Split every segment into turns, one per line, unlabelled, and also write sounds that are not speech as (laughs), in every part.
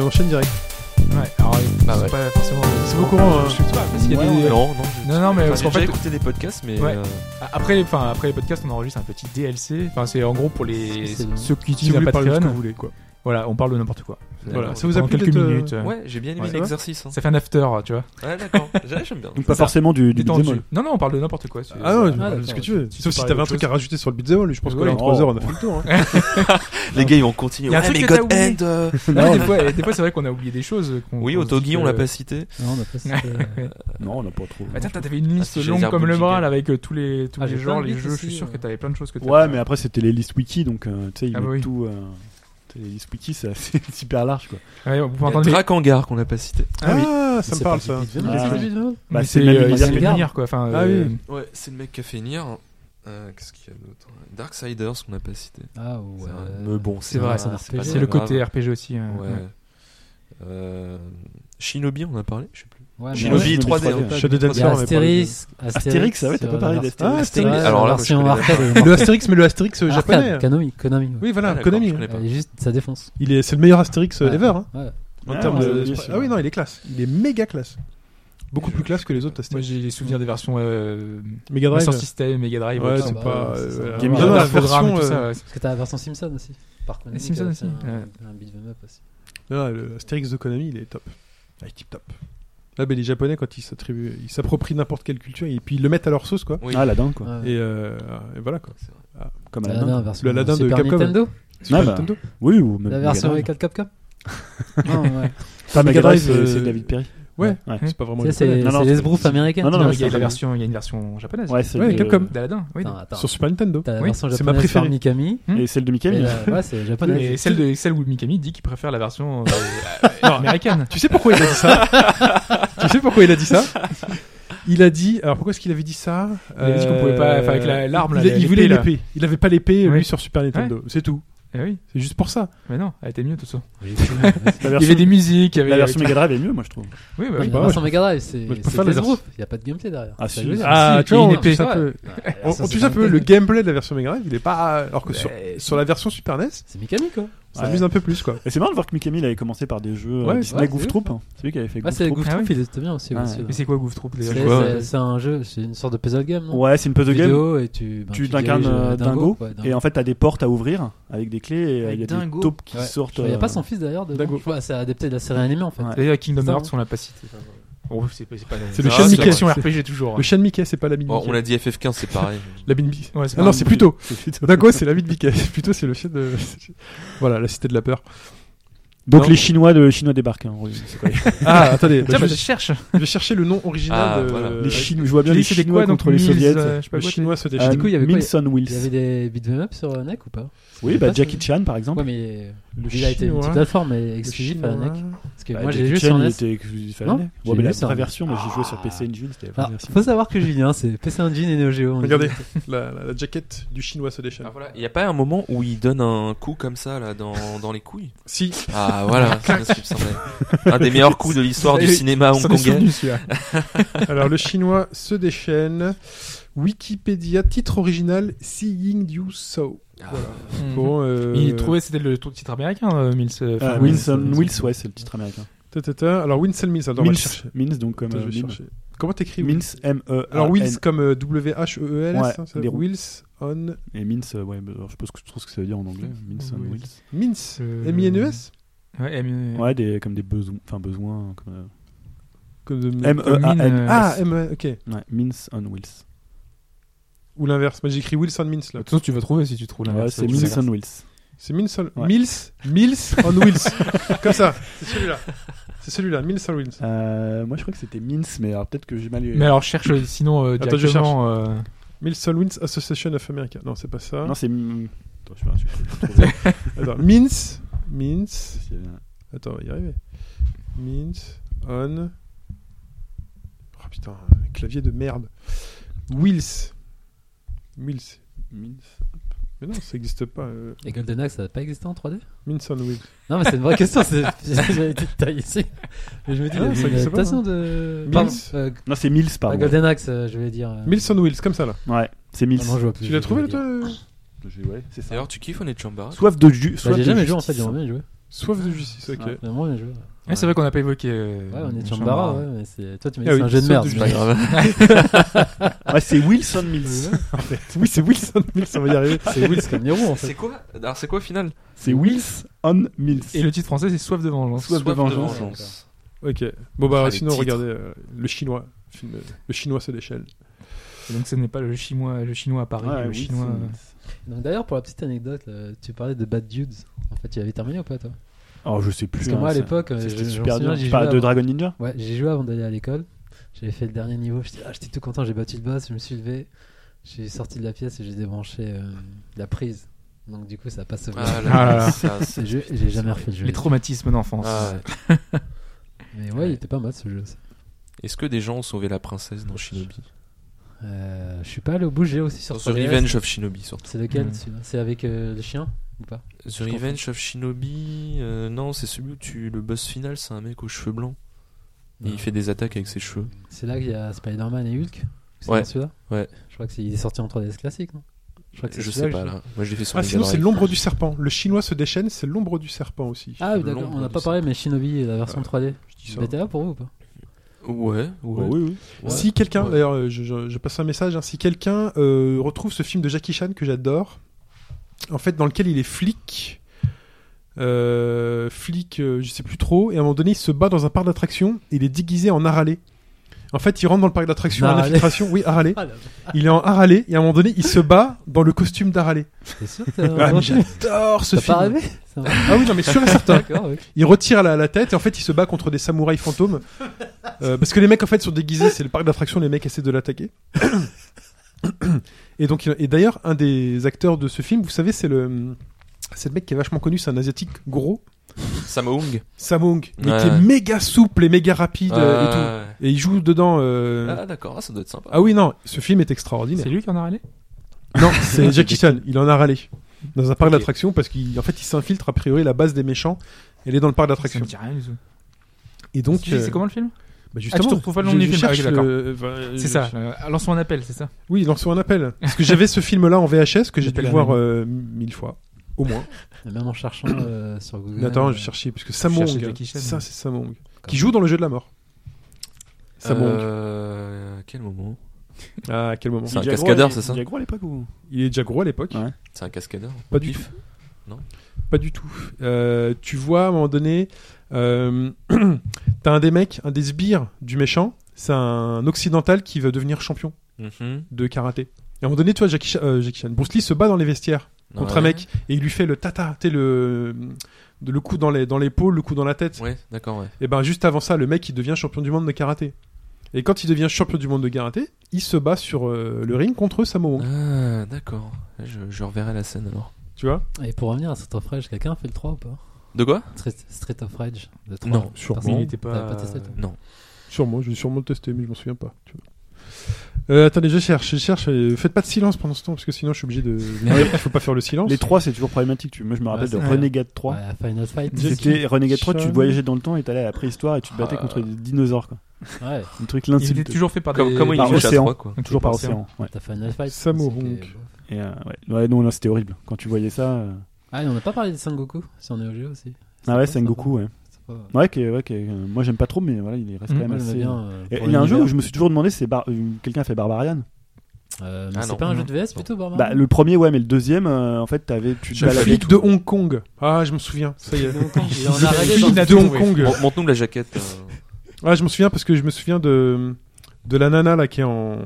enchaîne direct.
Ouais, alors ils
Bah
sont
ouais.
pas forcément.
C'est au courant, hein.
Je suis pas parce qu'il y a
Ouais,
des.
ouais.
Non, non, je-
Non, non, mais parce
enfin, j'ai
qu'en
déjà
fait,
écouté des podcasts, mais
Ouais.
euh,
après, les- enfin, après les podcasts, on enregistre un petit DLC. Enfin, c'est en gros pour les
C'est- c'est-
ceux qui
Si
utilisent
vous
un
voulez parler de ce que vous
Patreon.
voulez, quoi.
Voilà, on parle de n'importe quoi.
Voilà,
d'accord.
ça vous a
Pendant
plu
quelques
d'être, euh,
minutes. euh,
Ouais, j'ai bien aimé
Ouais.
l'exercice. hein.
Ça fait un after, tu vois.
Ouais, d'accord. (laughs) J'ai- J'aime bien.
Donc pas forcément du, du
Détendu.
bémol.
Non, non, on parle de n'importe quoi. c'est-
Ah non,
c'est-
tu parles de
d'accord.
ce que tu veux.
Si tu
Sauf si
parles
t'avais un
d'autre
truc
chose.
à rajouter sur le beat the Wall, je pense que
Ouais,
là, en
oh.
3 heures, on a fait le tour. hein.
Les gars, ils vont continuer.
Il y a un
Ouais,
truc
mais
que t'as
God
oublié.
End, euh, (laughs)
Non,
Non,
des fois, des fois, c'est vrai qu'on a oublié des choses. qu'on-
Oui,
qu'on
au
se dit
Togi, on
que-
l'a pas cité.
Non, on a pas cité.
Ouais.
non, on n'a pas trop.
Bah, tiens, t'avais une liste
Ah, si, j'allais
longue
dire
comme le
Bungie
bras,
Game.
là, avec euh, tous les, tous
Ah,
les
j'ai
genres,
plein de
les
listes
jeux. Je
aussi,
suis sûr
euh.
que t'avais plein de choses que t'as-
Ouais, mais après, c'était les listes wiki, donc euh, tu sais, ils
Ah, bah
mettent
oui.
tout. euh, tu sais, les listes wiki, c'est assez- super large, quoi.
Ouais, on peut
Il y a
entendre les-
Drakangar qu'on a pas cité.
Ah oui.
Ah, ça me
C'est
parle,
pas
ça.
Beat the
Ah,
Wall.
ouais.
Mais
Bah,
c'est
c'est
euh,
le même
il
univers
s'appelle
que
Garde.
Nier, quoi. Enfin,
Ah oui.
euh,
Ouais, c'est le mec qui a fait Nier. Euh, Qu'est-ce qu'il y a d'autre Darksiders qu'on a pas cité.
Ah ouais.
C'est vrai. Mais bon,
c'est vrai,
pas-
c'est un
c'est pas
RPG.
c'est
très
le
grave.
côté RPG aussi. euh,
Ouais.
ouais.
Euh, Shinobi, on a parlé, je sais plus.
Ouais,
Shinobi
mais-
3D, hein.
Shadow
Il y
Dancer,
a
on avait parlé de-
Astérix.
Astérix, ah ouais, t'as
sur
pas parlé
la version-
d'Astérix.
Ah,
sur
Astérix.
la
Alors là,
version
moi, je connais
arcade. elle est
Le
mortelle.
Astérix, mais le Astérix euh, japonais.
Arcade, Konami, Konami.
Oui,
Ah,
voilà,
d'accord,
Konami.
je connais pas.
Elle est juste sa défense.
Il est, c'est le meilleur Astérix euh,
Ouais.
ever, hein,
Ouais.
Ah,
en termes
ouais,
de.
ouais,
Ah oui, non, il est classe. Il est méga classe. Beaucoup
Je-
plus classe que les autres
Moi,
Astérix.
j'ai les souvenirs des versions euh,
Mega Drive.
Master System, Mega Drive.
Ouais,
tout
ils
ça.
sont
bah,
pas.
ouais, c'est
euh,
ça.
Ah
Game
non,
Boy,
non, la
la
Infogrames,
version.
tout ça,
euh,
ouais.
Parce que t'as la version Simpson aussi. Par contre,
Les Simpsons
c'est
aussi,
Un,
ouais.
un beat'em up aussi.
non, le Astérix de Konami, il est top. Ah, il est tip top. Là, ben, les Japonais, quand ils s'attribuent, ils s'approprient n'importe quelle culture et puis ils le mettent à leur sauce, quoi.
Oui.
Ah, la dinde, quoi.
Ouais.
Et, euh, et voilà, quoi.
C'est vrai.
Comme
Ah,
la
non,
dinde.
version
Le Aladdin de
Super
Capcom.
Nintendo.
Super
bah,
Nintendo.
Oui, ou même.
La version
Mega
avec
Drive.
Capcom. Non, ouais.
Pas Mega
Mega
Drive,
Drive,
c'est c'est
euh,
David Perry.
Ouais.
Ouais,
Mmh.
C'est pas vraiment
Ça,
japonais.
c'est
Non, non,
c'est
c'est-
l'esbrouf américain.
Non, non,
Non,
non,
il y a
c'est
la
japonais.
version- il y a une version japonaise.
Ouais, c'est
Ouais,
le-
Capcom.
D'Aladin, oui.
Attends, attends.
Sur Super Nintendo.
T'as la
Oui,
version
c'est
japonaise
ma préférée.
par Mikami.
Et celle de
mais
Mikami.
la- Ouais, c'est japonais.
Mais celle, de, celle où Mikami dit qu'il préfère la version euh, non, américaine.
Tu sais pourquoi il a dit ça
(laughs)
Tu sais pourquoi il a dit ça Il a dit. Alors pourquoi est-ce qu'il avait dit ça Euh,
Il a dit qu'on pouvait pas- enfin, avec la- l'arme, là,
Il, il
l'épée,
voulait
là.
l'épée. Il avait pas l'épée
Oui.
lui sur Super Nintendo. C'est tout.
Eh oui,
C'est juste pour ça.
mais non, elle était mieux tout ça. Il
La
y avait
version-
des musiques, il y avait.
la version Mega Drive est mieux, moi, je trouve.
Oui, bah
Non,
oui.
mais
bah
la
ouais.
version Mega Drive, c'est
Moi, je
c'est
préfère la
l'esbrouf. Il n'y a pas de gameplay derrière.
Ah,
C'est
si.
le jeu.
Ah,
si,
tu vois,
une
on-
épée.
ça
Ouais.
peut- Oh,
Ouais,
Ah,
la
On,
version
on touche un peu
Super
le
Nintendo.
gameplay de la version Mega Drive, il est pas. Alors que sur, sur la version Super NES,
C'est Mikami quoi.
ça
Ouais.
amuse un peu plus quoi.
Et c'est marrant de voir que Mikami il avait commencé par des jeux euh,
Ouais,
Disney
ouais,
Goof
c'est
Troop. hein. C'est lui qui avait fait
Ah,
Goof
c'est
Troop.
Goof
Ah
Troop,
oui.
il était bien aussi.
Ah,
monsieur.
Mais c'est quoi Goof Troop déjà
C'est-
quoi,
c'est-
ouais.
C'est un jeu, c'est une sorte de puzzle game. Non
Ouais, c'est une puzzle game.
Vidéo et tu ben,
Tu t'incarnes
diriges,
euh,
euh,
Dingo,
ouais, Dingo.
et en fait t'as des portes à ouvrir avec des clés et euh,
Avec
il y a
Dingo.
des taupes qui
Ouais.
sortent.
Il n'y a
euh,
pas son fils d'ailleurs dedans.
Dingo.
Ouais, c'est adapté de la série animée en fait.
Ouais.
D'ailleurs, Kingdom
Ça,
Hearts,
on-
on l'a pas cité. Enfin, bon, c'est pas- c'est pas la
C'est le
Ah,
chien de
c'est
Mickey.
la
version RPG toujours. hein.
Le chien de Mickey, c'est pas la mine
Bon,
Mickey.
on l'a dit FF15, c'est pareil.
La mine Mickey.
Ouais, c'est
Ah
pas-
non, c'est plutôt.
c'est plutôt-
D'un coup, c'est la mine Mickey. (laughs) Plutôt, c'est le chien de. Voilà, la cité de la peur.
Donc
Non.
les Chinois de Chinois débarquent. hein, oui, c'est quoi
Ah, attendez.
Tiens,
je,
bah, je cherche.
je vais chercher le nom original
Ah,
de. euh,
voilà.
les Chinois, je vois bien
Tu
les
dis, c'était
Chinois
quoi, donc,
contre les
Mills,
Soviets.
euh, je sais pas
Le
quoi,
chinois se
Euh,
déchire.
Du coup, il y avait quoi
Milson Wills.
Il y avait des beat'em up sur euh, NEC ou pas
Oui,
Je
bah
sais pas,
Jackie Chan par exemple.
Ouais, mais
Le
il a été une
Chinois.
petite plateforme mais
Le
exclusive à la
Chinois.
NEC. Parce que
Bah,
moi j'ai
Jackie
joué
Chan,
sur
il
NES.
était exclusif à
Non,
l'année.
j'ai
Ouais, mais
vu
la
ça.
vraie version, moi j'ai joué sur PC Engine, c'était la
Ah,
première version.
faut savoir que Julien, c'est PC Engine et Neo Geo. on dit.
Regardez, la, la, la jaquette du chinois se déchaîne.
Ah, voilà. Il n'y a pas un moment où il donne un coup comme ça là dans, dans les couilles
Si,
Ah (laughs) voilà, c'est bien ce qui me semblait. Un des meilleurs coups de l'histoire du
Ça y est,
cinéma
ça m'est
hongkongais.
souvenu, celui-là. (laughs) Alors, le chinois se déchaîne. Wikipédia, titre original, Seeing You So.
Ah,
Voilà.
Mhm.
Bon, euh,
Il trouvait que c'était le t- titre américain, euh, Mills. euh,
Euh,
enfin,
Wilson
euh,
Wills, ouais, c'est le titre américain.
ta, ta, ta. Alors, Winsel Mills. Attends, on va le
Mills,
chercher.
Mills, donc comme
Attends, je
euh,
vais
Mim.
chercher. Comment t'écris Wills
Mills, M-E.
Alors, Wills comme euh, W-H-E-E-L-S.
Ouais,
hein, c'est
les roues.
Wills on.
Et Mins, euh, ouais, bah, alors, je sais pas ce que je trouve ce que ça veut dire en anglais. Mins and
Oui.
Wills.
Mins.
Euh,
M-I-N-E-S
Ouais, M- E
Ouais, des, comme des besoins. Enfin, besoins. Comme,
Comme de-
euh, M-E-A-N.
euh,
Ah, M, ok.
Ouais, Mins and Wills.
Ou l'inverse. Moi, j'écris Wills on Mins,
De
là.
toute façon, tu vas trouver si tu trouves
Ouais,
l'inverse.
c'est
Tu sais.
Mins and Wills.
C'est Mills on...
Ouais.
Mills, Mills on Wills. (laughs) Comme ça. C'est celui-là. C'est celui-là, Mills on Wills.
Euh, moi, je crois que c'était Mins, mais alors peut-être que j'ai mal.
Mais alors, cherche euh, sinon euh,
Attends, je
directement. euh,
Mills on Wills Association of America. Non, c'est pas ça.
Non, c'est. Mins- Attends, je sais pas, je vais pas (laughs) trouver.
Attends, Mins, Mins.
Parce qu'il y a-
Attends, on va y arriver. Mins on. Oh putain, clavier de merde. Wills. Wills.
Mins.
Mais non, ça n'existe pas. euh,
Et Golden Axe, ça n'a pas existé en 3D
Mins on Wills.
Non, mais c'est une vraie question. c'est- (laughs) J'avais été taillé ici. Mais je me dis,
Ah,
il y
ça
a une
existe pas,
adaptation de.
Mills.
Pardon, euh,
Non, c'est Mills,
pas
pardon.
Golden Axe, euh, je vais dire. euh,
Mills on Wills, comme ça là.
Ouais, c'est Mills.
Ah non, je vois plus,
Tu
je
l'as
vais
trouvé là,
dire.
toi euh,
Je- Ouais, c'est ça.
D'ailleurs, tu kiffes on est de Chambara
Soif de jus.
Bah,
soif de
J'ai jamais joué en fait,
justice.
j'aimerais bien y jouer.
Soif de justice, ok.
Ouais, vraiment bien joué. Ouais,
Ah, c'est vrai qu'on n'a pas évoqué. euh,
on est de
Chambara.
Chambara, ouais, mais c'est... toi tu m'as
Ah
dit que c'est
oui,
un jeu de
sauf
merde.
du
mais-
Pas grave.
Ouais, c'est Wilson
(laughs)
Mills.
(laughs) Oui, c'est Wilson Mills, on va y arriver.
C'est Wills comme Nero en
C'est
fait.
quoi Alors, c'est quoi au final
C'est Wilson Mills.
Et le titre français, c'est Soif de vengeance.
Soif de vengeance.
Ok. Bon, bah,
Ah, les
sinon,
titres.
regardez euh, le chinois. Film, euh, le chinois, c'est l'échelle.
Et donc, ce n'est pas le chinois, le chinois à Paris,
Ouais,
le
Wilson
chinois. euh,
Mills.
Donc d'ailleurs, pour la petite anecdote, là, tu parlais de Bad Dudes. En fait, tu avais terminé ou pas toi
Oh, je sais plus.
Parce que
hein,
moi à
ça-
l'époque, euh,
c'était
je- j'en
super
souviens,
bien.
j'y
Pas
jouais
de
avant-
Dragon Ninja
Ouais, j'ai joué avant d'aller à l'école. J'avais fait le dernier niveau. J'étais ah, j'étais tout content. J'ai battu le boss. Je me suis levé. J'ai sorti de la pièce et j'ai débranché euh, la prise. Donc du coup, ça passe au (laughs)
Ah là
Ah là
là, ça,
Ce
c'est-
jeu, et j'ai jamais refait le jeu.
Les traumatismes d'enfance.
Ah ouais.
Mais ouais, il était pas mal ce jeu. aussi.
Est-ce que des gens ont sauvé la princesse dans Shinobi
Euh, je suis pas allé au bout. J'ai aussi sur
Dans The
3DS.
Revenge of Shinobi, surtout.
C'est lequel
Mm.
celui-là C'est avec euh, le chien ou pas
The
confonds.
Revenge of Shinobi, euh, non, c'est celui où tu, le boss final, c'est un mec aux cheveux blancs. Et
Non.
il fait des attaques avec ses cheveux.
C'est là qu'il y a Spider-Man et Hulk C'est
Ouais.
dans celui-là
Ouais.
Je crois que c'est il est sorti en 3DS classique, non Je crois que c'est
Je sais
celui-là
pas
que
là. Moi, je l'ai fait sur
Ah,
Mega
sinon, c'est
Drive.
l'ombre du serpent. Le chinois se déchaîne, c'est l'ombre du serpent aussi.
Ah oui, d'accord,
L'ombre
on n'a
du
pas parlé, mais Shinobi, euh, la version 3D.
je dis ça.
Mais t'es là pour vous ou pas
Ouais, ouais.
oui, oui.
Ouais.
Si quelqu'un,
Ouais.
d'ailleurs, euh, je, je- je passe un message, hein, si quelqu'un euh, retrouve ce film de Jackie Chan que j'adore, en fait, dans lequel il est flic, euh, flic, euh, je sais plus trop, et à un moment donné, il se bat dans un parc d'attractions, et il est déguisé en haralé. En fait, il rentre dans le parc d'attractions en
Haralé.
infiltration, oui, haralé.
Ah là,
Il est en haralé, et à un moment donné, il se bat dans le costume d'haralé.
t'es sûr que t'as
Ah, mais
inventé
J'adore ce
T'as
film.
pas rêvé C'est vrai.
Ah oui, non, mais sûr et certain.
(laughs) D'accord, oui.
Il retire la, la tête et en fait il se bat contre des samouraïs fantômes. Euh, parce que les mecs en fait sont déguisés, c'est le parc d'attractions, les mecs essaient de l'attaquer. et donc, il- et d'ailleurs, un des acteurs de ce film, vous savez, c'est le. C'est le mec qui est vachement connu, c'est un asiatique gros,
Samoung.
Samung, mais
Ouais.
qui est méga souple et méga rapide euh, et tout.
Ah,
Et il joue dedans. euh,
ah, d'accord, ah, ça doit être sympa.
Ah oui, non, ce film est
C'est
extraordinaire.
lui qui en a râlé
Non, c'est
(laughs)
Jackie Chan, il en a râlé. Dans un parc
Ok.
d'attractions, parce qu'en fait il s'infiltre a priori la base des méchants, elle est dans le parc
Ça me
d'attractions.
dit rien du tout.
Et donc.
Tu dis,
euh,
C'est comment le film
Bah
Ah, tu te retrouves pas le nom
je-
du
je
film.
cherche
Ah, ok, d'accord.
le- enfin, je-
C'est ça, euh, lançons un appel, c'est ça
Oui, lançons un appel. Parce que j'avais ce film-là en VHS
(laughs)
que j'ai dû
Appel
voir
anonyme. Ah.
euh, mille fois, au moins.
Et Même Eh en cherchant euh, sur Google.
Mais attends,
euh,
je cherchais parce que Samong,
cherchais Jackie Chan,
ça
mais-
c'est Samong, qui joue dans le jeu de la mort. Samong.
Euh, à quel moment
Ah, à quel moment
C'est un
Ninja Gro,
cascadeur,
il-
c'est ça
Ninja Gro à l'époque ou
Il est déjà gros à l'époque.
Ouais.
C'est un cascadeur
Pas du
Pif.
tout.
Non.
Pas du tout. Euh, tu vois, à un moment donné, euh, (clears throat) t'as un des mecs, un des sbires du méchant. C'est un occidental qui veut devenir champion
Mhm.
de karaté. Et à un moment donné, tu vois, Jackie Chan- euh, Jackie Chan, Bruce Lee se bat dans les vestiaires. contre
Ouais.
un mec et il lui fait le tata, tu sais, le, de- le coup dans les- dans l'épaule, le coup dans la tête.
Ouais, d'accord, ouais.
Et ben juste avant ça, le mec il devient champion du monde de karaté. Et quand il devient champion du monde de karaté, il se bat sur euh, le ring contre Sammo Hung,
Ah, d'accord. Je, je reverrai la scène alors.
tu vois
Et pour revenir à Street of Rage, quelqu'un a fait le 3 ou pas
De quoi
Street, Street of Rage le 3
Non,
sûrement.
Personne-
Bon,
il était pas.
t'as pas testé, toi
Non.
Sûrement, je vais sûrement le tester, mais je m'en souviens pas. Tu vois. Euh, attendez, je cherche, je cherche. euh, Faites pas de silence pendant ce temps, parce que sinon je suis obligé de. Il faut pas faire le silence.
Les trois, c'est toujours problématique. tu- Moi, je me rappelle de
c'est-
Renegade 3.
Ouais, Final Fight.
C'était Renegade 3, tu
Chan.
voyageais dans le temps et t'allais à la préhistoire et tu te battais
Ah.
contre des dinosaures. Quoi.
Ouais,
Un truc
Il
l'insulte.
était toujours fait par
Comme,
des.
comment il
par
joue à
océan.
trois, quoi.
Donc,
Toujours par
c'est
océan. Ouais.
t'as Final Fight.
Sammo
c'est que-
Hung.
Et, euh, ouais. ouais, non, là, c'était horrible. Quand tu voyais ça. euh,
Ah, et on n'a pas parlé de Sengoku sur Neo Geo aussi.
Ah ouais,
C'est pas
Sengoku, ouais.
ça, c'est pas-
Ouais, qui est- ouais qui est- euh, moi j'aime pas trop, mais voilà, il reste
Mhm.
quand
Moi,
même
j'aimais
assez.
bien, euh,
Et
pour
il y a un jeu où
l'univers.
je me suis toujours demandé, c'est bar... euh, quelqu'un a fait Barbarian
Euh, mais
Ah
c'est
non,
pas un
non.
jeu de VS plutôt, Barbara
Bah le premier, ouais, mais le deuxième, euh, en fait, t'avais, tu te
Le
baladais.
flic de Hong Kong. Ah, je me souviens. Ça y est.
Il
(laughs)
en a
Le
arrêté
flic
dans le-
de Hong Kong.
Mon- Montre-nous la jaquette. euh.
Ah, je me souviens parce que je me souviens de, de la nana là qui est en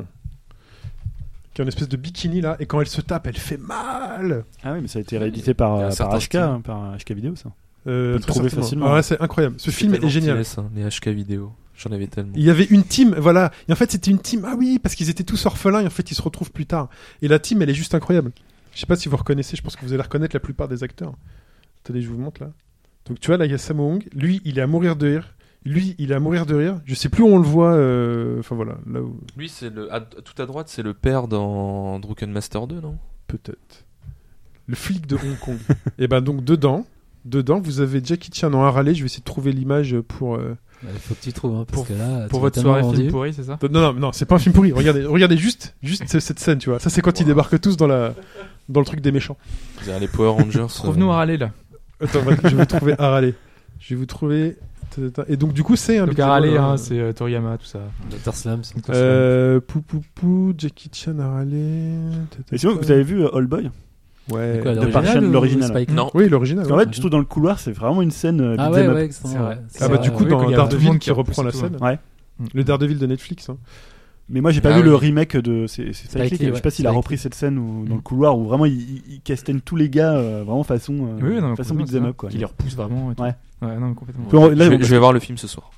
qui est en espèce de bikini là et quand elle se tape, elle fait mal.
Ah oui, mais ça a été réédité
Il y a
par,
un
euh, par
certain
HK,
style.
hein, par HK vidéo, ça.
Euh,
peut le
très
trouver
certainement.
facilement.
Ah ouais, c'est incroyable. Ce film est
Tellement
génial.
TS, hein, les HK vidéo. J'en avais tellement.
Il y avait une team, voilà. Et en fait, c'était une team. Ah oui, parce qu'ils étaient tous orphelins et en fait, ils se retrouvent plus tard. Et la team, elle est juste incroyable. Je sais pas si vous reconnaissez, je pense que vous allez reconnaître la plupart des acteurs. Attendez, je vous montre là. Donc tu vois, là, il y a Sammo Hung. Lui, il est à mourir de rire. Lui, il est à mourir de rire. Je sais plus où on le voit. euh, Enfin voilà, là où
Lui, c'est le à- tout à droite, c'est le père dans Drunken Master 2, non
Peut-être. Le flic de Hong Kong. et ben donc dedans, dedans vous avez Jackie Chan en haralé. Je vais essayer de trouver l'image pour. euh,
Ouais, Faut que tu trouves, hein, parce
Pour-
que là. tu
Pour
m'as
votre
tellement
soirée film
vendu.
pourrie, c'est ça
Non non non, c'est pas un film pourri. Regardez, regardez juste, juste ce- cette scène, tu vois. Ça c'est quand ils débarquent tous dans la, dans le truc des méchants.
Vous avez les Power Rangers.
Trouve-nous
euh,
à râler là.
Attends, bref, je vais vous trouver Harale. Je vais vous trouver. Et donc, du coup, c'est un
Donc
beat'em all,
Harley,
hein.
hein, c'est euh, Toriyama, tout ça.
Dr. Slams.
Euh, pou pou pou, Jackie Chan Harale.
Et sinon, vous avez vu euh, All Boy
Ouais.
Quoi,
de par
l'original
chaîne,
ou
l'original.
Spike Lee
Non.
Oui, l'original.
En
ouais.
fait, plutôt dans le couloir, c'est vraiment une scène euh,
Ah
beat'em
ouais,
up.
ouais, c'est
C'est
vrai.
vrai.
Ah bah, du coup,
oui,
dans
quand il y a
Daredevil
Daredevil
qui
qui
reprend la
repousse et
scène.
tout,
ouais. Ouais.
Le Daredevil de Netflix. hein.
Mais moi, j'ai pas
Ah
vu
oui.
le remake de. C'est c'est Spike
Spike
Lee,
Lee,
Je sais pas
ouais,
s'il a
Spike
repris cette scène où, dans
Mm.
le couloir où vraiment il, il- il castagne tous les gars euh, vraiment façon euh,
Oui, oui, non, mais
façon
complètement,
beat'em
c'est
up quoi.
ça. Qui les repousse vraiment. et tout.
Ouais.
Ouais, non, mais complètement.
Puis on- là,
je,
on-
vais, je vais voir le film ce soir.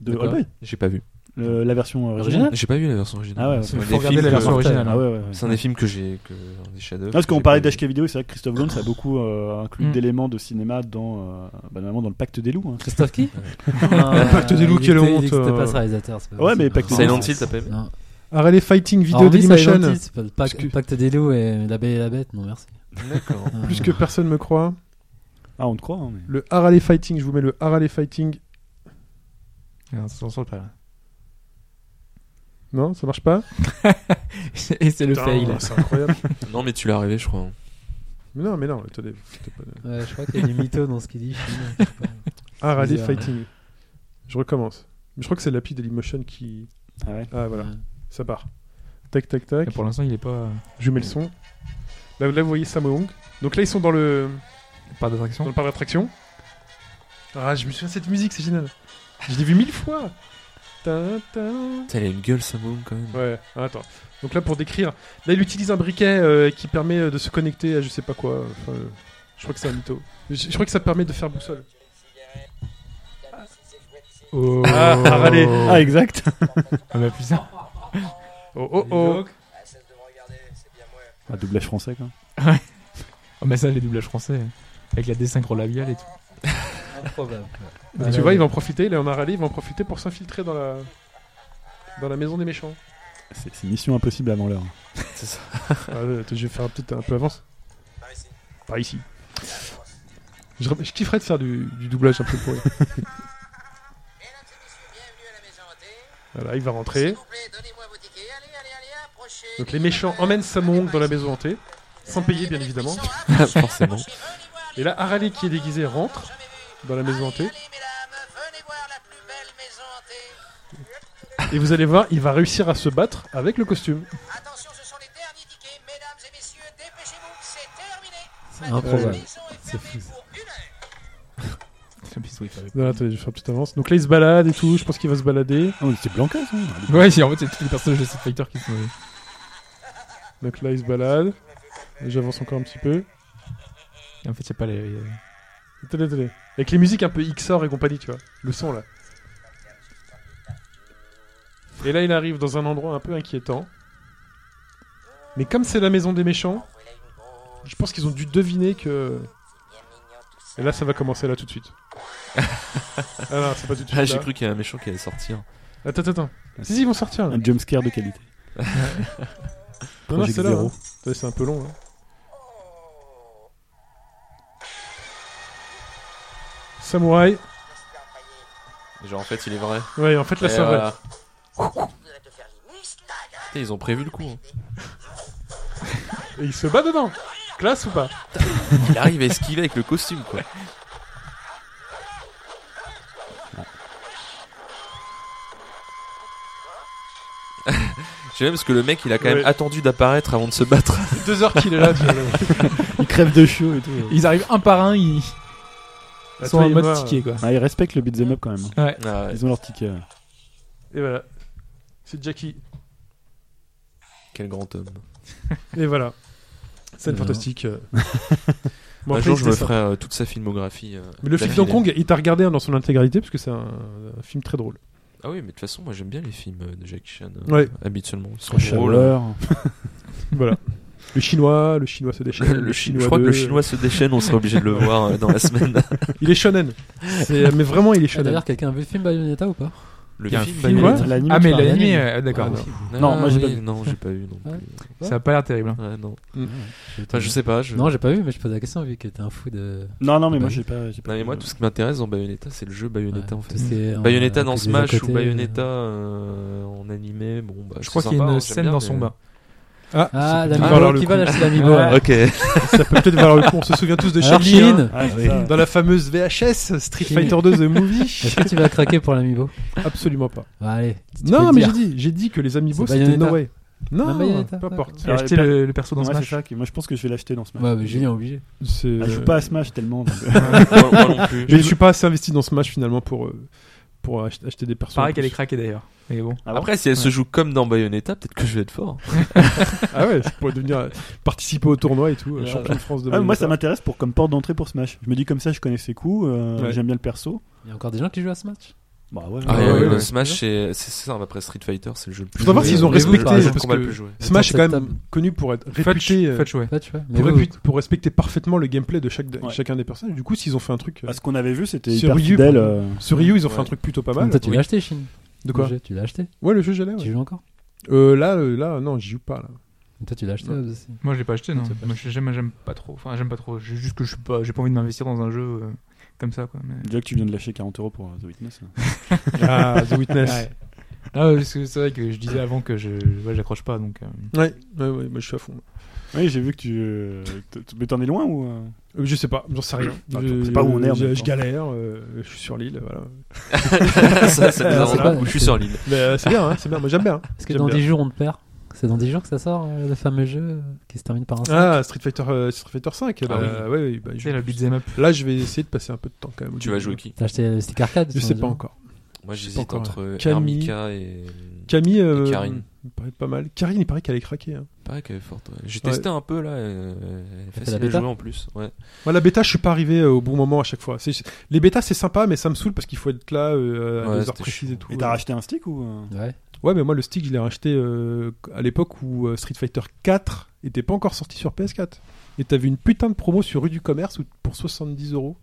de
D'accord.
All Boy,
J'ai pas vu.
le- la version originale.
Original
J'ai pas vu la version originale.
Ah ouais,
C'est
Il
un
faut
des
regarder
films
la
que-
version originale.
Ah ouais, ouais, ouais.
C'est un des films que j'ai. que- un des shadows.
Ah, parce
que
qu'on
j'ai
parlait
pas vu.
d'HK vidéo, c'est vrai que Christophe Jones a beaucoup euh, inclus
Mm.
d'éléments de cinéma dans, euh, bah, notamment dans le Pacte des loups. hein.
Christophe qui Ah,
Pacte des loups,
Il
quelle
était-
honte,
Il n'existait
euh.
pas ce réalisateur. c'est pas
Ouais, mais
possible.
Pacte des
Silent Hill, t'as pas aimé
Non.
Harale
Ah
Fighting Video
Alors oui,
Animation.
Silent Hill, c'est pas le
Parce
pac-
que-
pacte des loups et la belle et la bête. Non, merci.
D'accord.
Euh,
Plus que personne me croit.
Ah, on te croit. hein, mais-
Le Harale Fighting, je vous mets le Harale Fighting.
Non, ça s'en sort pas.
(laughs) Non, ça marche pas
Et c'est le fail.
Putain, C'est incroyable.
(laughs) non, mais tu l'as rêvé, je crois.
Mais non, mais non, attendez. c'était pas-
Ouais, (laughs) je crois qu'il y a du mytho dans ce qu'il dit. je sais pas.
Harale
Bizarre.
Ah, Fighting. Je recommence. Je crois que c'est l'appli Dailymotion qui.
Ah ouais.
Ah voilà,
Ouais.
ça part. Tac, tac, tac.
Et pour l'instant, il est pas.
Je mets le son. Là, là, vous voyez Sammo Hung. Donc là, ils sont dans le,
Pas
dans
d'attraction.
le parc d'attraction. Ah, je me souviens de cette musique, c'est génial. Je l'ai vu mille fois. Tin, tin.
Putain, il a une gueule, Samoum, quand même.
Ouais, attends. Donc là, pour décrire, là, il utilise un briquet euh, qui permet euh, de se connecter à je sais pas quoi. Enfin, euh, je crois que c'est un mytho. Je, je crois que ça permet de faire boussole.
Oh.
Ah, Harley.
Ah, exact. (laughs)
Ah, bah, putain.
Oh oh oh.
Ah, doublage français quoi.
Ah, mais ça, les doublages français. Avec la désynchro labiale et tout.
Improbable.
Donc,
Ah,
tu
là,
vois,
oui.
il va en profiter. Il est en Arali, il va en profiter pour s'infiltrer dans la dans la maison des méchants.
C'est c'est Mission Impossible avant l'heure.
C'est ça.
(laughs) Ah, euh, je vais faire peut-être un peu avance. Par ici. Je, rem- je kifferais de faire du, du doublage un peu (laughs) pourri. voilà, il va rentrer. Donc les méchants emmènent Samong dans la maison hantée, sans payer bien évidemment.
(laughs) Forcément.
Et là, Harali qui est déguisé rentre dans la maison hantée. Et vous allez voir, il va réussir à se battre avec le costume.
Attention, ce sont les derniers tickets, mesdames et messieurs, dépêchez-vous, c'est terminé.
C'est improbable.
Maison est
C'est
fermée
fou, ça.
pour une heure.
Non, attendez, je vais faire une petite avance. Donc là, il se balade et tout. Je pense qu'il va se balader.
Ah, c'est Blanca ça.
(laughs) Ouais, c'est- en fait, c'est tous les personnages de Street Fighter qui sont. euh,
Donc là, il se balade. J'avance encore un petit peu.
Et En fait, il n'y a pas les. euh,
Attendez, attendez. Avec les musiques un peu XOR et compagnie, tu vois. Le son là. Et là, il arrive dans un endroit un peu inquiétant. Mais comme c'est la maison des méchants, je pense qu'ils ont dû deviner que. Et là, ça va commencer là tout de
(laughs)
suite. ah non, c'est pas tout de suite.
Ah, j'ai
là.
cru qu'il y a un méchant qui allait sortir.
Attends, attends, attends. Si, si, ils vont sortir. Là.
Un jumpscare de qualité.
Non, non,
Project
c'est là.
Zero.
hein. Attendez, C'est un peu long. Là. Samouraï.
Genre, en fait, il est vrai.
Ouais, en fait, là,
Et
c'est un vrai.
voilà.
Je voudrais te faire une moustache.
Putain, Ils ont prévu le coup. hein.
Et il se bat dedans. Classe ou pas
Il arrive à esquiver avec le costume, quoi. (laughs) J'aime parce que le mec il a quand même
Ouais.
attendu d'apparaître avant de se battre.
Deux heures qu'il est
(laughs)
là, tu vois.
Il crève de chaud et tout.
Ils arrivent un par un, ils
Là,
sont
Bah, toi,
en
il
mode
va,
ticket, quoi.
Ah, ils respectent le beat'em up quand même. hein.
Ouais.
Ah ouais,
Ils ont leur ticket. hein. ouais.
euh, Et voilà. C'est Jackie.
Quel grand homme.
Et voilà. Scène
Non.
fantastique. (laughs) euh.
Un
bon, après,
jour je
c'était
me
ça.
ferai euh, toute sa filmographie. euh,
Mais le film
d'affilée.
d'Hong Kong, il t'a regardé hein, dans son intégralité parce que c'est un, un film très drôle.
Ah oui, mais de toute façon, moi j'aime bien les films euh, de Jackie Chan. euh,
Ouais.
Habituellement. Ils sont
Le
drôles.
chaleur.
Voilà. le chinois, le chinois
(laughs)
se déchaîne.
hein. Le Chinois, je crois que le
deux.
chinois se déchaîne, on sera obligé de le voir euh, dans la semaine.
Il est
(laughs)
shonen. C'est- euh, Mais vraiment, il est
Ah,
shonen.
D'ailleurs, quelqu'un a vu le film Bayonetta ou pas
Le
Il y a un
film,
film,
Bayonetta.
ouais.
L'anime,
Ah, mais
tu parles.
l'anime, euh, d'accord.
Ah,
ok.
non.
Non, moi, j'ai
oui,
pas vu.
Non, j'ai pas vu non plus.
Ouais.
Ça a pas l'air terrible. hein.
Ouais, non.
Mm.
Enfin, je sais pas. Je...
Non, j'ai pas vu, mais je pose la question vu que t'es un fou de.
Non, non, mais
Bah
moi
oui.
j'ai pas. j'ai pas-
Non, mais moi, tout ce qui m'intéresse dans Bayonetta, c'est le jeu Bayonetta en
Ouais, tout
fait.
ce qui est, euh,
Bayonetta
avec
dans
les
Smash
à côté,
ou Bayonetta euh, en animé, bon bah
Je crois
c'est
qu'il y a
sympa,
une
hein, j'aime
scène
bien,
dans
mais-
son bain.
Ah,
Ah,
ça peut peut-être valoir
l'amibo
le
qui
coup.
va lâcher l'amibo. là.
Ok. (laughs)
Ça peut peut-être valoir le coup. On se souvient tous de
Alors,
Chun-Li hein,
Chine,
Ah, c'est
oui.
ça.
dans la fameuse VHS Street
Chine.
Fighter 2 The Movie.
est-ce que tu vas craquer pour l'amibo
(laughs) Absolument pas.
Bah, Allez. tu peux
Non,
le
mais
dire.
j'ai dit, j'ai dit que les Amiibo
C'est
c'était No
Bayonetta.
Way.
Ah,
Non,
Bayonetta,
peu importe.
J'ai
Alors,
acheté
euh,
les per-
le, le perso dans
Ah, Ouais, c'est
Smash.
ça qui- Moi, je pense que je vais l'acheter dans Smash.
Ouais, mais Julien est obligé.
C'est- euh,
Ah, je joue pas à Smash tellement. donc, euh,
moi, moi non plus.
Mais je suis pas assez investi dans Smash finalement pour euh, pour ach- acheter des personnages.
Pareil qu'elle est craquée d'ailleurs. Mais bon.
Ah bon
Après, si elle se joue comme dans Bayonetta, peut-être que je vais être fort.
Ah ouais, je pourrais devenir euh, participer au tournoi et tout, euh,
Ouais.
champion de France de
Ah, (laughs) moi, ça
Bayonetta.
m'intéresse pour comme porte d'entrée pour Smash. Je me dis comme ça, je connais ses coups, euh,
Ouais.
j'aime bien le perso.
Il y a encore des gens qui jouent à ce match.
Bah ouais.
Ah,
ouais,
ouais,
ouais,
le
ouais.
Smash, c'est c'est ça. Après Street Fighter, c'est le jeu le plus.
Faudra voir
joué.
s'ils ont
Le jeu-
respecté,
le jeu de
parce
combat le
que-
plus
(laughs)
joué.
Smash est quand même
Attends,
connu pour être
Fetch,
réputé euh,
Fetch, ouais.
Là, tu vois. Mais
pour,
vous,
répu- pour respecter parfaitement le gameplay de, chaque, de
Ouais.
chacun des personnages. Du coup, s'ils ont fait un truc. euh,
Ah, ce qu'on avait vu, c'était
Sur
hyper
Ryu,
fidèle.
par
euh,
sur Ryu, ils ont fait
Ouais.
un truc plutôt pas
toi,
mal.
tu l'as acheté, Chine.
De quoi
Le jeu, Tu l'as acheté.
Ouais, le jeu, j'allais.
Tu
Ouais.
joues encore.
Euh, là, euh, là, non, j'y joue pas. Là.
Mais toi, tu l'as acheté aussi.
Moi, je l'ai pas acheté, non.
Tu l'as pas
Moi, je- j'aime, j'aime pas trop. Enfin, j'aime pas trop. J'ai- Juste que je suis pas, j'ai pas envie de m'investir dans un jeu euh, comme ça, quoi. mais-
Déjà que tu viens de lâcher 40 euros pour euh, The Witness. hein.
(laughs) Ah, The Witness.
Ouais. Ah, ouais, parce que c'est vrai que je disais avant que je, ouais, j'accroche pas, donc. euh,
Ouais, ouais, ouais, moi, je suis à fond.
Oui, j'ai vu que tu. euh, t- t- Mais t'en es loin ou. euh
Euh, Je sais pas, j'en sais rien.
Attends,
Je-
on sait pas où on est en
Je,
même
je
temps.
galère, euh, je suis sur l'île, voilà.
ça, ça nous
Alors, c'est
arrange
pas-
beaucoup. Je suis sur l'île.
Mais euh, c'est bien, hein, c'est bien, moi j'aime bien.
(laughs)
hein.
Est-ce que
J'aime
dans
bien.
10 jours, on te perd C'est dans 10 jours que ça sort, euh, le fameux jeu euh, qui se termine par un cinq
Ah, Street Fighter, euh, Street Fighter 5.
Ah
Tu sais, le beat'em up.
bah, Là, je vais essayer de passer un peu de temps quand même. hein.
Tu vas jouer qui
T'as acheté le stick arcade
Je
tu
sais
m'as
pas
dit.
encore.
Moi,
Je sais pas
j'hésite
encore.
entre
Camille.
Armika et.
Camille, euh,
Et Karine.
il paraît pas mal. Karine, il paraît qu'elle est craquée. hein.
Pareil qu'elle est forte. ouais. J'ai
Ouais.
testé un peu là. euh, elle est
fait la
facile à
bêta
jouer en plus. Ouais.
Moi, la bêta, je suis pas arrivé euh, au bon moment à chaque fois. C'est- Les bêtas, c'est sympa, mais ça me saoule parce qu'il faut être là euh, à
Ouais,
des heures
c'était
précises
chiant.
et tout.
Et t'as
Euh,
racheté un stick ou. euh
Ouais.
Ouais, mais moi, le stick, je l'ai racheté euh, à l'époque où euh, Street Fighter 4 était pas encore sorti sur PS4. Et t'avais une putain de promo sur rue du commerce où, pour 70 euros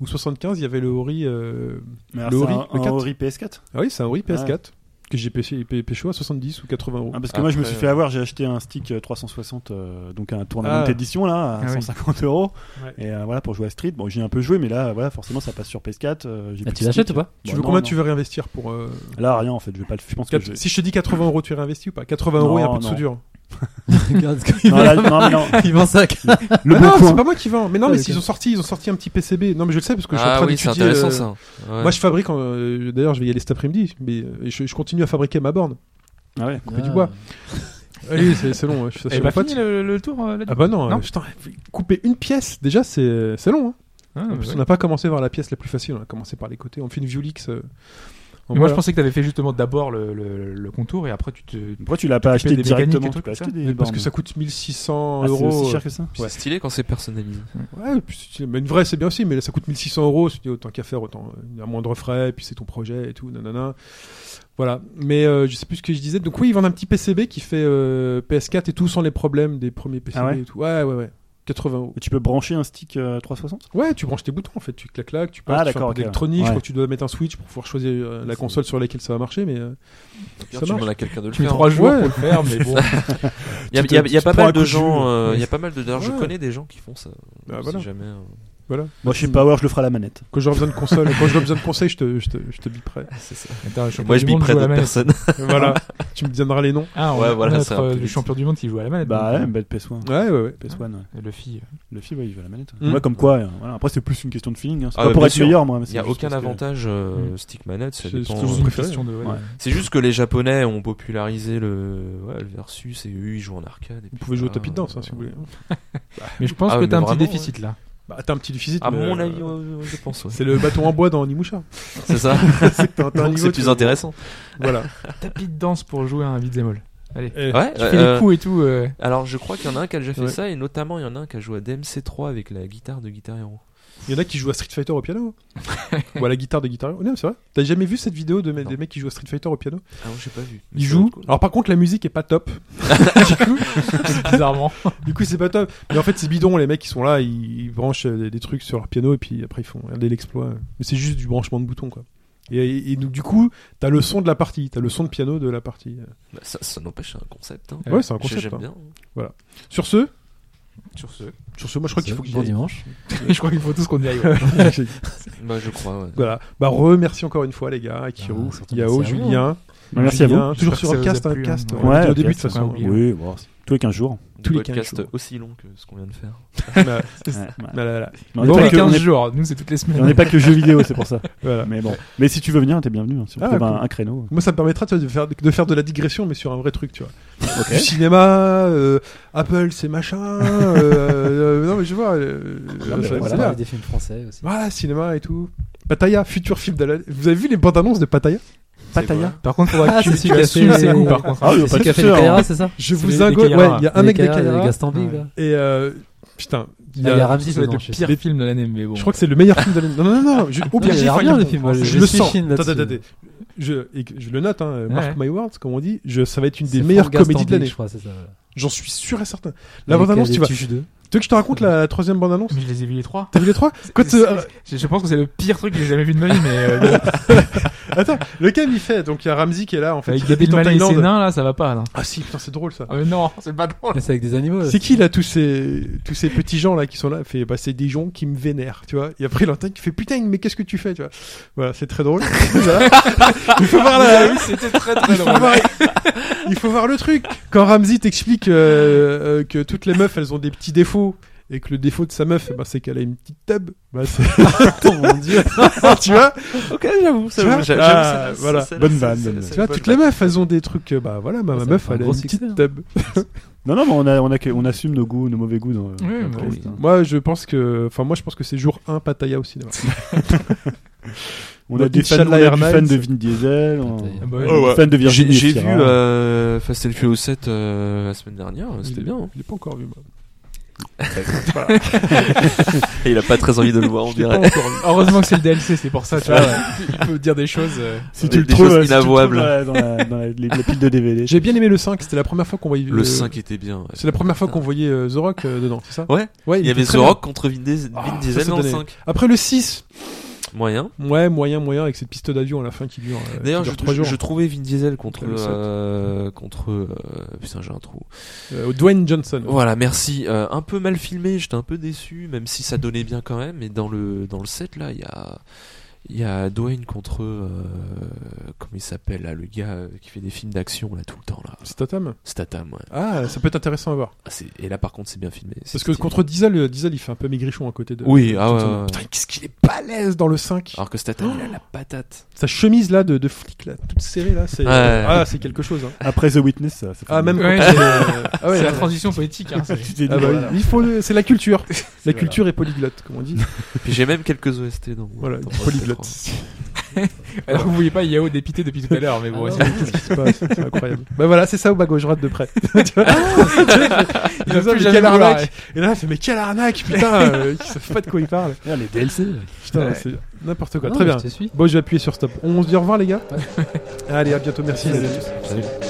ou 75, il y avait le Ori. euh,
Mais
Le
alors,
Ori,
c'est un,
le
un
4.
Ori PS4
Ah oui, c'est un Ori PS4 que j'ai pêché, pê- pécho à 70 ou 80 euros.
Ah, parce que moi je me
Après,
suis fait
euh,
avoir, j'ai acheté un stick euh, 360, euh, donc un tournament
Ah.
d'édition là, à
Ah oui.
150 euros.
Ouais.
Et euh, voilà, pour jouer à Street, bon j'ai un peu joué, mais là voilà, forcément ça passe sur PS4. euh, j'ai
Ah,
plus
tu
de
l'achètes
stick.
ou
(laughs)
pas
tu
Bon,
veux
non,
combien
non.
tu veux réinvestir pour. euh,
Là rien en fait, je vais pas le. Je pense que
quatre-
je vais.
Si je te dis 80 euros, tu réinvestis ou pas 80 euros et un
Non,
peu de
non.
soudure.
Regarde ce qu'il
Non,
vend.
là, non, mais non.
Il vend
Le
ça.
(laughs) Ah
bon
non,
coin.
c'est pas moi qui vends. Mais non,
Ah,
mais
ok.
s'ils ont sorti, ils ont sorti un petit PCB. Non, mais je le sais parce que je suis en
Ah
train
oui, c'est
d'étudier.
intéressant
euh,
ça. Ouais.
Moi, je fabrique. en- euh, D'ailleurs, je vais y aller cet après-midi. Mais euh, je, je continue à fabriquer ma borne.
Ah ouais.
du bois. Allez, c'est c'est long. hein, Je suis
Elle
chez
pas
mon pote.
fini le, le tour euh, là-dessus
Ah bah non,
Non.
euh, putain, couper une pièce, déjà, c'est c'est long. hein.
Ah,
En plus,
ouais.
on n'a pas commencé par la pièce la plus facile. On a commencé par les côtés. On fait une Violix. euh, en
Mais Moi, je
voilà.
pensais que t'avais fait justement d'abord le, le, le contour et après tu te.
Pourquoi tu l'as pas
Tu fais
acheté
des
directement
mécaniques et
Tu peux
tout,
acheter
comme
des
Parce que
bornes.
ça coûte 1600
Ah, c'est
euros.
aussi
euh,
cher que ça
C'est
ouais.
stylé quand c'est personnalisé.
Ouais, et puis c'est- mais une vraie, c'est bien aussi, mais ça coûte 1600 euros. Tu te dis, autant qu'à faire, autant euh, à moindre frais, et puis c'est ton projet et tout, nanana. Voilà. Mais euh, je sais plus ce que je disais. Donc, oui, ils vendent un petit PCB qui fait euh, PS4 et tout, sans les problèmes des premiers PCB
Ah ouais
et tout. Ouais, ouais, ouais. 80 euros.
Et tu peux brancher un stick euh, 360
Ouais, tu branches tes boutons en fait, tu claques là, tu passes, tu
Ah,
fais un
d'accord,
peu
ok.
d'électronique, je
Ouais.
crois que tu dois mettre un switch pour pouvoir choisir euh, la console sur laquelle ça va marcher, mais euh,
Pire,
ça
tu
marche.
demandes à quelqu'un de le
Tu mets
faire.
trois jours
Ouais.
pour le faire, mais bon.
Il y a,
Tu te-
il y a- il y a
tu te
pas
prends un
mal
coup
de
de
gens.
jus.
euh, Il y a pas mal de. d'ailleurs, je
Ouais.
connais des gens qui font ça.
bah,
Si
voilà.
jamais, euh,
voilà.
Moi chez Power, je le ferai à la manette.
Quand j'aurai besoin de console, quand j'aurai besoin de conseils, je te, je te, je te
(laughs)
biperai.
Attends, le champion
Moi, je
du monde
biperais
joue à la
d'autres
manette.
personnes.
voilà, tu me donneras les noms.
Ah, on
Ouais,
a-
voilà,
on a
c'est
notre,
un peu
euh, le
vite.
champion du monde qui joue à la manette.
Bah ouais,
donc,
bête PS1.
euh, Ouais, ouais, ouais.
PS1, ouais.
euh, le fille.
Le film, il veut la manette.
Mm.
Moi, comme quoi, euh, voilà. après, c'est plus une question de feeling. hein. C'est
Ah,
pas
bah,
pour
bien
être
sûr.
meilleur, moi. mais
Il n'y a
c'est juste
aucun
parce que-
avantage euh,
Mm.
stick manette. ça
Hmm. C'est-
dépend,
c'est
euh,
toujours
une
préféré,
question de. ouais,
Ouais.
C'est juste que les japonais ont popularisé le, ouais, le versus et eux ils jouent en arcade. et
Vous
puis euh,
pouvez jouer au
voilà.
tapis de danse hein, si vous voulez.
Mais je pense
Ah,
que
mais
t'as un petit
vraiment,
déficit là.
Bah, t'as un petit déficit.
À
mais,
mon
euh,
avis, euh, je pense. ouais.
C'est le bâton en bois dans
(laughs)
Onimusha. (laughs)
C'est ça.
C'est que t'as- t'as un niveau,
Donc c'est
tu
plus
vois.
intéressant.
Voilà. Eh,
Tapis de danse pour jouer à un beat'em all. Allez.
Et-
Ouais.
Tu fais
euh,
les coups et tout. euh,
Alors je crois qu'il y en a un qui a déjà fait
Ouais.
ça et notamment il y en a un qui a joué à DMC3 avec la guitare de Guitar Hero.
Il y en a qui jouent à Street Fighter au
(laughs)
piano. Ou à la guitare de guitare. Non, c'est vrai. T'as jamais vu cette vidéo de me-
Non.
des mecs qui jouent à Street Fighter au piano
Ah non, j'ai pas vu. Mais
Ils
ça
jouent.
doit être cool.
Alors par contre, la musique est pas top.
Bizarrement.
Du coup, c'est pas top. Mais en fait, c'est bidon. Les mecs, ils sont là, ils, ils branchent euh, des, des trucs sur leur piano et puis après, ils font regarder l'exploit. Mais c'est juste du branchement de boutons, quoi. Et, et- et donc, du coup, t'as le son de la partie, t'as le son de piano de la partie.
Bah, ça ça n'empêche c'est un concept. hein.
Ouais, c'est un
J'ai-
concept.
J'aime
hein.
bien.
Sur ce,
(laughs) Sur ce.
sur ce, moi, je crois qu'il faut que
Bon dimanche.
Je crois qu'il faut tous qu'on y aille. ouais.
j'y aille. (laughs)
Bah je crois. ouais.
Voilà. Bah, remercie encore une fois, les gars, Akirou,
Ah, surtout
Yao,
merci à vous.
Julien,
Bah, Merci à vous.
Julien, Toujours
J'espère
sur
que ça
Orcast,
vous a
hein,
plu,
cast.
hein.
On
Ouais,
l'a dit au
ok,
début de toute
c'est
façon.
pas oublié.
Oui, bon, c'est tous les 15 jours.
Tous les
Un podcast
15 jours.
aussi long que ce qu'on vient de faire.
Bah,
Ouais, ouais.
voilà, voilà.
Mais
Bon,
on n'est
les
pas que- on
15
n'est-
jours, nous c'est toutes les
on n'est
(laughs) semaines.
pas que jeux vidéo, c'est pour (laughs) ça.
Voilà.
Mais bon, mais si tu veux venir, t'es bienvenu. hein. Si on
Ah,
trouve
cool.
un, un créneau.
Moi, ça me permettra tu vois, de faire, de faire de la digression, mais sur un vrai truc, tu vois.
Ok. (laughs)
Du cinéma, euh, Apple, c'est machin. euh, euh, non, mais je vois. euh,
Ah,
euh,
mais
ça-
On
voilà.
c'est
va
bien.
parler des films français aussi.
Voilà, cinéma et tout. Pattaya, futur film de la- Vous avez vu les bandes annonces de Pattaya
Pattaya.
Par contre,
Ah,
faudra
Ah,
que tu- tu assumes ses goûts, par contre.
Ah oui,
C'est
pas
celui qui
de
a fait les
sueur, hein.
Carrera, c'est ça
Je
les-
vous
les
ingote. Ouais,
Kayara.
il y a un mec des
Carrera,
Kayara.
Gaston Big,
Ouais.
là.
Et euh, putain, il y
Ah, il y a
a-
Ramsey
Ça va être
dedans,
le
je sais.
pire film de l'année, mais bon.
je crois que c'est le meilleur film de l'année. Non, non, non, non, je- au
Non,
pire,
il a
j'ai
l'air
failli-
bien, le film, moi,
je,
je
le
suis
sens.
Chine
Attends,
là-dessus.
attends, attends. Je, et que- je le note, hein,
Ouais.
Mark My Words, comme on dit. Je, ça va être une
C'est
des meilleures
Franck Gaston
comédies de
Big,
l'année.
Je crois, c'est ça. voilà.
J'en suis sûr et certain. La
Avec,
bande annonce, tu
euh, les
vas. Tu
Tuches deux.
veux que je te raconte la, la troisième bande annonce
Mais je les ai vus les trois.
T'as vu les trois Quand,
C'est-
euh,
Je je pense que c'est le pire truc que j'ai jamais vu de ma vie, mais euh, (laughs) bon,
Attends, le cam il fait. Donc il y a Ramsey qui est là en fait.
avec
Il
Gabi
est en
Malé et ses
Thaïlande.
nains, là, ça va pas, là.
Ah si, putain, c'est drôle ça.
Ah, mais non, c'est pas drôle.
Mais C'est avec des animaux. là.
Ah, C'est qui là tous ces tous ces petits gens là qui sont là Il fait bah c'est des gens qui me vénèrent, tu vois. Et après l'antenne qui fait putain mais qu'est-ce que tu fais, tu vois Voilà, c'est très drôle. Voilà. il faut voir la-
Oui, c'était très très
il
(laughs)
faut voir, il faut voir le truc. Quand Ramsey t'explique euh, euh, que toutes les meufs elles ont des petits défauts et que le défaut de sa meuf eh ben, c'est qu'elle a une petite tub, bah c'est
Oh mon dieu
(laughs) tu vois,
Ok, j'avoue.
Tu vois
j'avoue, j'avoue,
Ah,
celle-là,
voilà.
celle-là, celle-là,
Bonne vanne,
celle-là,
bonne vanne.
tu
celle-là,
vois toutes les meufs elles ont des trucs euh, bah voilà ma,
Ah,
Ouais,
ma
ça
meuf
fait un
elle a
gros
une petite
succès, hein.
tub.
Non, non, mais on, a, on, a que- on assume nos goûts, nos mauvais goûts. Dans,
Oui,
dans
bah
la
oui.
liste, hein.
Moi je pense que enfin moi je pense que c'est jour 1 Pattaya au cinéma.
Ah,
On
Donc,
a des fans, on
Inch'Allah
a du
Airlines.
fan de Vin Diesel, on
Pattaya.
bah,
Oh,
on a
ouais.
du fan de Virginie.
J'ai j'ai vu
Efira.
euh, Fast and Furious 7 euh, la semaine dernière, c'était
Il-
bien.
(laughs)
hein.
Je l'ai pas encore vu. Moi.
Et il a pas très envie de le voir, (laughs) on
Je l'ai pas
dirait.
encore vu.
Heureusement que c'est le DLC, c'est pour ça, tu vois. Ah, Il peut dire des choses. euh,
Si
Des-
tu le
des
trouves,
choses
euh, si tu le trouves
inavouables.
dans la- dans la dans la- les- la pile de
(laughs)
DVD.
J'ai bien aimé le 5, c'était la première fois qu'on voyait euh,
Le 5 était bien. ouais.
C'est la première fois qu'on voyait euh, The Rock euh, dedans, c'est ça
Ouais.
Ouais,
Il y
était
avait The
très
Rock contre Vin Diesel
Ah,
Vin
ça,
Diesel
ça
dans le
donnait-
5.
bien. Après le 6,
Moyen.
ouais, moyen moyen avec cette piste d'avion à la fin qui dure euh,
D'ailleurs,
qui
je,
dure trois
je-
jours.
je trouvais Vin Diesel contre.
Le sept.
euh, contre euh, putain, j'ai un trou.
Euh, Dwayne Johnson.
Voilà, merci. Euh, un peu mal filmé, j'étais un peu déçu, même si ça donnait bien quand même. Mais dans le, dans le set, là, il y a, il y a Dwayne contre. euh, comment il s'appelle, là, le gars euh, qui fait des films d'action, là, tout le temps, là.
Statham.
Statham, ouais.
Ah, ça peut être intéressant à voir.
Ah, c'est- et là, par contre, c'est bien filmé. C'est-
Parce que
c'est-
contre Diesel, euh, Diesel il fait un peu maigrichon à côté de.
Oui, ah ouais,
Johnson.
ouais, ouais.
Putain, qu'est-ce qu'il est balèze dans le 5.
Alors que Statham, il a la
(gasps)
patate.
Sa chemise là de, de flic là, toute serrée là, c'est
Ouais.
ah, c'est quelque chose. hein.
Après The Witness, ça, ça fait
Ah, même
Ouais.
quand il est, euh, ah ouais,
c'est la
ouais.
transition poétique. Hein, c'est-
Tu t'es dit,
Ah bah oui,
voilà.
il faut le- c'est la culture. la culture est polyglotte, comme on dit.
Puis j'ai même quelques OST dans.
Voilà,
dans
polyglotte.
Statham.
(laughs) Alors, vous voyez pas Yao dépité depuis tout à l'heure, mais bon,
Ah
c'est-
non.
Qu'est-ce qui se passe C'est incroyable. Bah voilà, c'est ça au bas gauche droite de près. (laughs)
il va plus
mais
jamais
quelle
vouloir,
arnaque Et là, il fait mais quelle arnaque, putain, euh, ils savent pas de quoi ils parlent.
Ah, les DLC.
Putain,
Ouais.
c'est n'importe quoi.
Non,
Très
mais
bien.
Je te suis.
Bon, je vais appuyer sur stop. On se dit au revoir les gars. Allez, à bientôt. Merci. les amis.
Salut.